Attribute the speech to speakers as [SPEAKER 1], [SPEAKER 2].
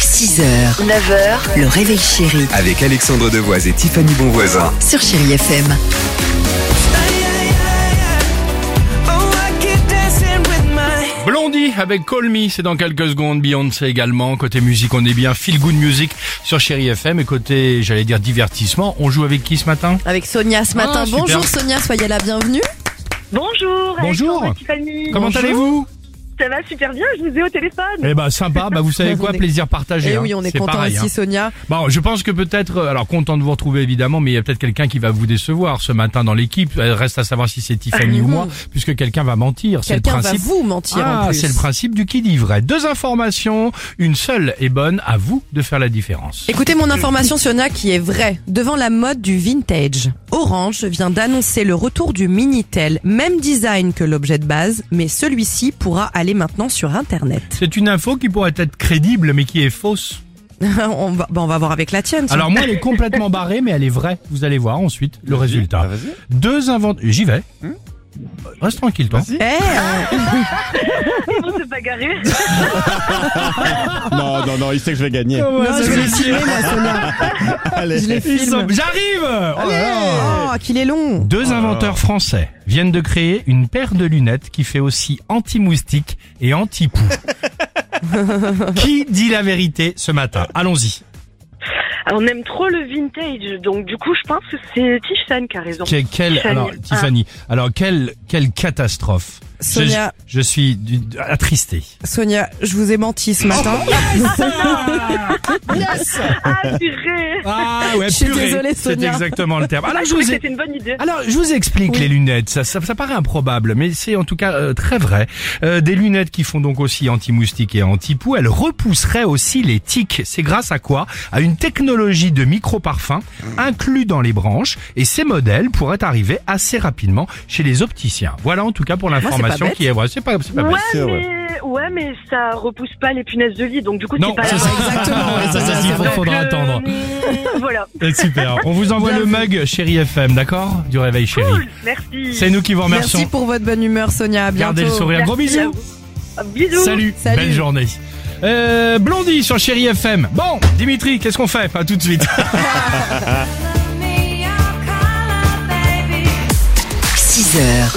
[SPEAKER 1] 6h, 9h, le réveil chéri
[SPEAKER 2] Avec Alexandre Devoise et Tiffany Bonvoisin.
[SPEAKER 1] sur Chéri FM.
[SPEAKER 3] Blondie avec Call Me, c'est dans quelques secondes. Beyoncé également. Côté musique, on est bien. Feel Good Music sur Chéri FM. Et côté, j'allais dire, divertissement, on joue avec qui ce matin
[SPEAKER 4] avec Sonia ce matin.
[SPEAKER 3] Ah, super.
[SPEAKER 4] Bonjour Sonia, soyez la bienvenue.
[SPEAKER 5] Bonjour.
[SPEAKER 3] Bonjour.
[SPEAKER 5] Alexandre et Tiffany.
[SPEAKER 3] Comment
[SPEAKER 4] Bonjour.
[SPEAKER 3] allez-vous
[SPEAKER 5] Ça va super bien, je vous ai au téléphone.
[SPEAKER 3] Eh ben sympa. Bah vous savez quoi, plaisir partagé.
[SPEAKER 4] Et
[SPEAKER 3] hein.
[SPEAKER 4] Eh oui, on est
[SPEAKER 3] C'est
[SPEAKER 4] content
[SPEAKER 3] pareil,
[SPEAKER 4] aussi
[SPEAKER 3] hein.
[SPEAKER 4] Sonia.
[SPEAKER 3] Bon, je pense que peut-être, euh, alors content de vous retrouver évidemment, mais il y a peut-être quelqu'un qui va vous décevoir ce matin dans l'équipe. Euh, Reste à savoir si c'est Tiffany ou moi, puisque quelqu'un va mentir. C'est le
[SPEAKER 4] Ah, Quelqu'un va
[SPEAKER 3] principe.
[SPEAKER 4] vous mentir en
[SPEAKER 3] Ah,
[SPEAKER 4] plus.
[SPEAKER 3] c'est le principe du qui dit vrai. Deux informations, une seule est bonne, à vous de faire la différence.
[SPEAKER 4] Écoutez mon information Sonia qui est vraie. Devant la mode du vintage, Orange vient d'annoncer le retour du Minitel, même design que l'objet de base, mais celui-ci pourra aller maintenant sur Internet.
[SPEAKER 3] C'est une info qui pourrait être crédible, mais qui est fausse.
[SPEAKER 4] on, va, bah, on va voir avec la tienne. ça.
[SPEAKER 3] Alors moi, elle est complètement barrée, mais elle est vraie. Vous allez voir ensuite le
[SPEAKER 4] bah,
[SPEAKER 3] résultat. Deux invent... J'y vais.
[SPEAKER 4] Hmm
[SPEAKER 3] Reste tranquille, toi.
[SPEAKER 4] Eh, euh,
[SPEAKER 5] On s'est pas garé.
[SPEAKER 6] Non, non, non, il sait que je vais gagner.
[SPEAKER 4] non, je vais le filmer, moi, Sonia.
[SPEAKER 6] Allez.
[SPEAKER 4] Je les
[SPEAKER 3] Ils
[SPEAKER 4] filme.
[SPEAKER 3] sont- J'arrive Oh là là
[SPEAKER 4] Oh, qu'il est long.
[SPEAKER 3] Deux inventeurs français viennent de créer une paire de lunettes qui fait aussi anti-moustique et anti-poux. qui dit la vérité ce matin Allons-y.
[SPEAKER 5] On aime trop le vintage, donc du coup, je pense que c'est Tiffany qui a raison.
[SPEAKER 3] Que- quelle,
[SPEAKER 5] Tiffany.
[SPEAKER 3] alors, Tiffany, alors quelle, quelle catastrophe. Je-
[SPEAKER 4] Sonia.
[SPEAKER 3] Je, suis du- attristé.
[SPEAKER 4] Sonia, je vous ai menti ce matin.
[SPEAKER 5] Ah, purée.
[SPEAKER 3] Ah ouais,
[SPEAKER 4] Je suis
[SPEAKER 3] purée.
[SPEAKER 4] désolée,
[SPEAKER 3] C'est
[SPEAKER 4] Sonia.
[SPEAKER 3] exactement le terme.
[SPEAKER 5] Ah,
[SPEAKER 3] Alors
[SPEAKER 5] je
[SPEAKER 3] je
[SPEAKER 5] trouvais que
[SPEAKER 3] vous ai...
[SPEAKER 5] c'était une bonne idée.
[SPEAKER 3] Alors, je vous explique les lunettes. Ça, ça, ça paraît improbable, mais c'est en tout cas euh, très vrai. Euh, des lunettes qui font donc aussi anti-moustique et anti-poux, elles repousseraient aussi les tiques. C'est grâce à quoi À une technologie de micro-parfum inclus dans les branches. Et ces modèles pourraient arriver assez rapidement chez les opticiens. Voilà en tout cas pour
[SPEAKER 4] pas
[SPEAKER 3] l'information
[SPEAKER 4] bête.
[SPEAKER 3] qui est vraie. C'est pas, c'est pas
[SPEAKER 5] ouais,
[SPEAKER 3] bête.
[SPEAKER 6] c'est vrai.
[SPEAKER 5] mais... ouais, mais ça repousse pas les punaises de lit, donc du coup,
[SPEAKER 3] Non,
[SPEAKER 5] c'est pas
[SPEAKER 3] c'est
[SPEAKER 5] la
[SPEAKER 3] ça.
[SPEAKER 4] Exactement. ouais,
[SPEAKER 3] Ah, Ça,
[SPEAKER 4] Sonia,
[SPEAKER 3] c'est
[SPEAKER 4] c'est
[SPEAKER 3] il
[SPEAKER 4] vrai.
[SPEAKER 3] faudra attendre.
[SPEAKER 5] euh, Voilà.
[SPEAKER 3] Et Eh, Super. On vous envoie
[SPEAKER 4] Bien
[SPEAKER 3] le
[SPEAKER 4] vu.
[SPEAKER 3] mug chéri FM, d'accord Du réveil chéri.
[SPEAKER 5] Cool. Merci.
[SPEAKER 3] C'est nous qui vous remercions.
[SPEAKER 4] Merci pour votre bonne humeur, Sonia. À bientôt.
[SPEAKER 3] Gardez le sourire. Gros
[SPEAKER 5] Merci à
[SPEAKER 3] bisous.
[SPEAKER 5] vous. Ah, Bisous.
[SPEAKER 3] Salut.
[SPEAKER 4] Salut.
[SPEAKER 3] Belle journée. Euh, Blondie sur Chéri FM. Bon, Dimitri, qu'est-ce qu'on fait Pas tout de suite.
[SPEAKER 1] 6h,